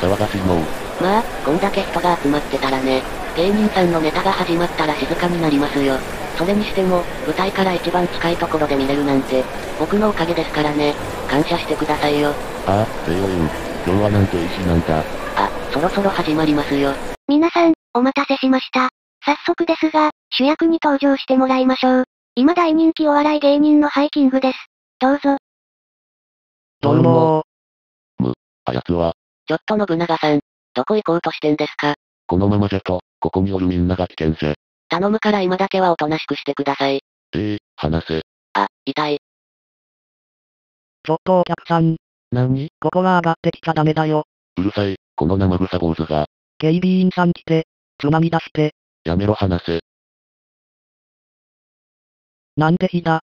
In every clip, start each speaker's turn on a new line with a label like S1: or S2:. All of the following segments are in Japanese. S1: 騒がしいの
S2: まあ、こんだけ人が集まってたらね、芸人さんのネタが始まったら静かになりますよ。それにしても、舞台から一番近いところで見れるなんて、僕のおかげですからね、感謝してくださいよ。
S1: ああ、声を言う。今日はなんていい日なんだ。
S2: あ、そろそろ始まりますよ。
S3: 皆さん、お待たせしました。早速ですが、主役に登場してもらいましょう。今大人気お笑い芸人のハイキングです。どうぞ。
S1: どうもむ、あやつは、
S2: ちょっと信長さん、どこ行こうとしてんですか
S1: このままじゃと、ここにおるみんなが危険ぜ。
S2: 頼むから今だけはおとなしくしてください。
S1: ええ話せ。
S2: あ、痛い。
S4: ちょっとお客さん、
S1: 何
S4: ここは上がってきちゃダメだよ。
S1: うるさい、この生臭坊主が。
S4: 警備員さん来て、つまみ出して、
S1: やめろ話せ。
S4: なんて日だ。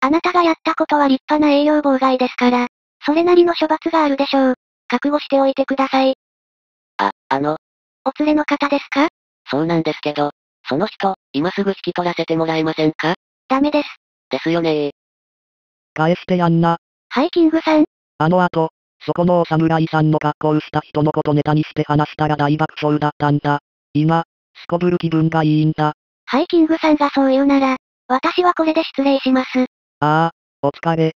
S3: あなたがやったことは立派な営業妨害ですから、それなりの処罰があるでしょう。覚悟しておいてください。
S2: あ、あの、
S3: お連れの方ですか
S2: そうなんですけど、その人、今すぐ引き取らせてもらえませんか
S3: ダメです。
S2: ですよねー。
S4: 返してやんな。
S3: ハイキングさん、
S4: あの後、そこのお侍さんの格好をした人のことネタにして話したら大爆笑だったんだ。今、すこぶる気分がいいんだ。
S3: ハイキングさんがそう言うなら、私はこれで失礼します。
S4: ああ、お疲れ。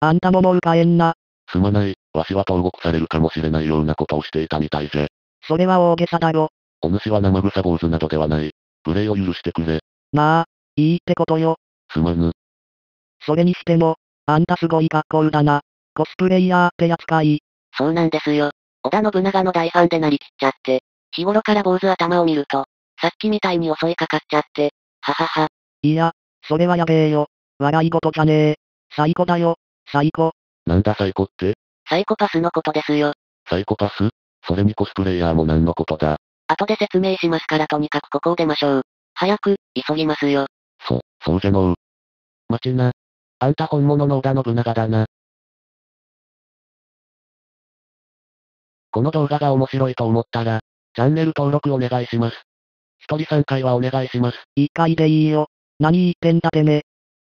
S4: あんたももう帰んな。
S1: すまない、わしは投獄されるかもしれないようなことをしていたみたいぜ。
S4: それは大げさだろ。
S1: お主は生臭坊主などではない。無礼を許してくれ。
S4: まあ、いいってことよ。
S1: すまぬ。
S4: それにしても、あんたすごい格好だな。コスプレイヤーってやつかい。
S2: そうなんですよ。織田信長の大ファンでなりきっちゃって、日頃から坊主頭を見ると、さっきみたいに襲いかかっちゃって、ははは、
S4: いや、それはやべえよ。笑い事じゃねえ。最高だよ。最高。
S1: なんだサイコって
S2: サイコパスのことですよ。
S1: サイコパスそれにコスプレイヤーも何のことだ
S2: 後で説明しますからとにかくここを出ましょう。早く、急ぎますよ。
S1: そ、そうじゃのう。待ちな。あんた本物の織田信長だな。この動画が面白いと思ったら、チャンネル登録お願いします。一人3回はお願いします。
S4: 一回でいいよ。何言ってんだてめえ。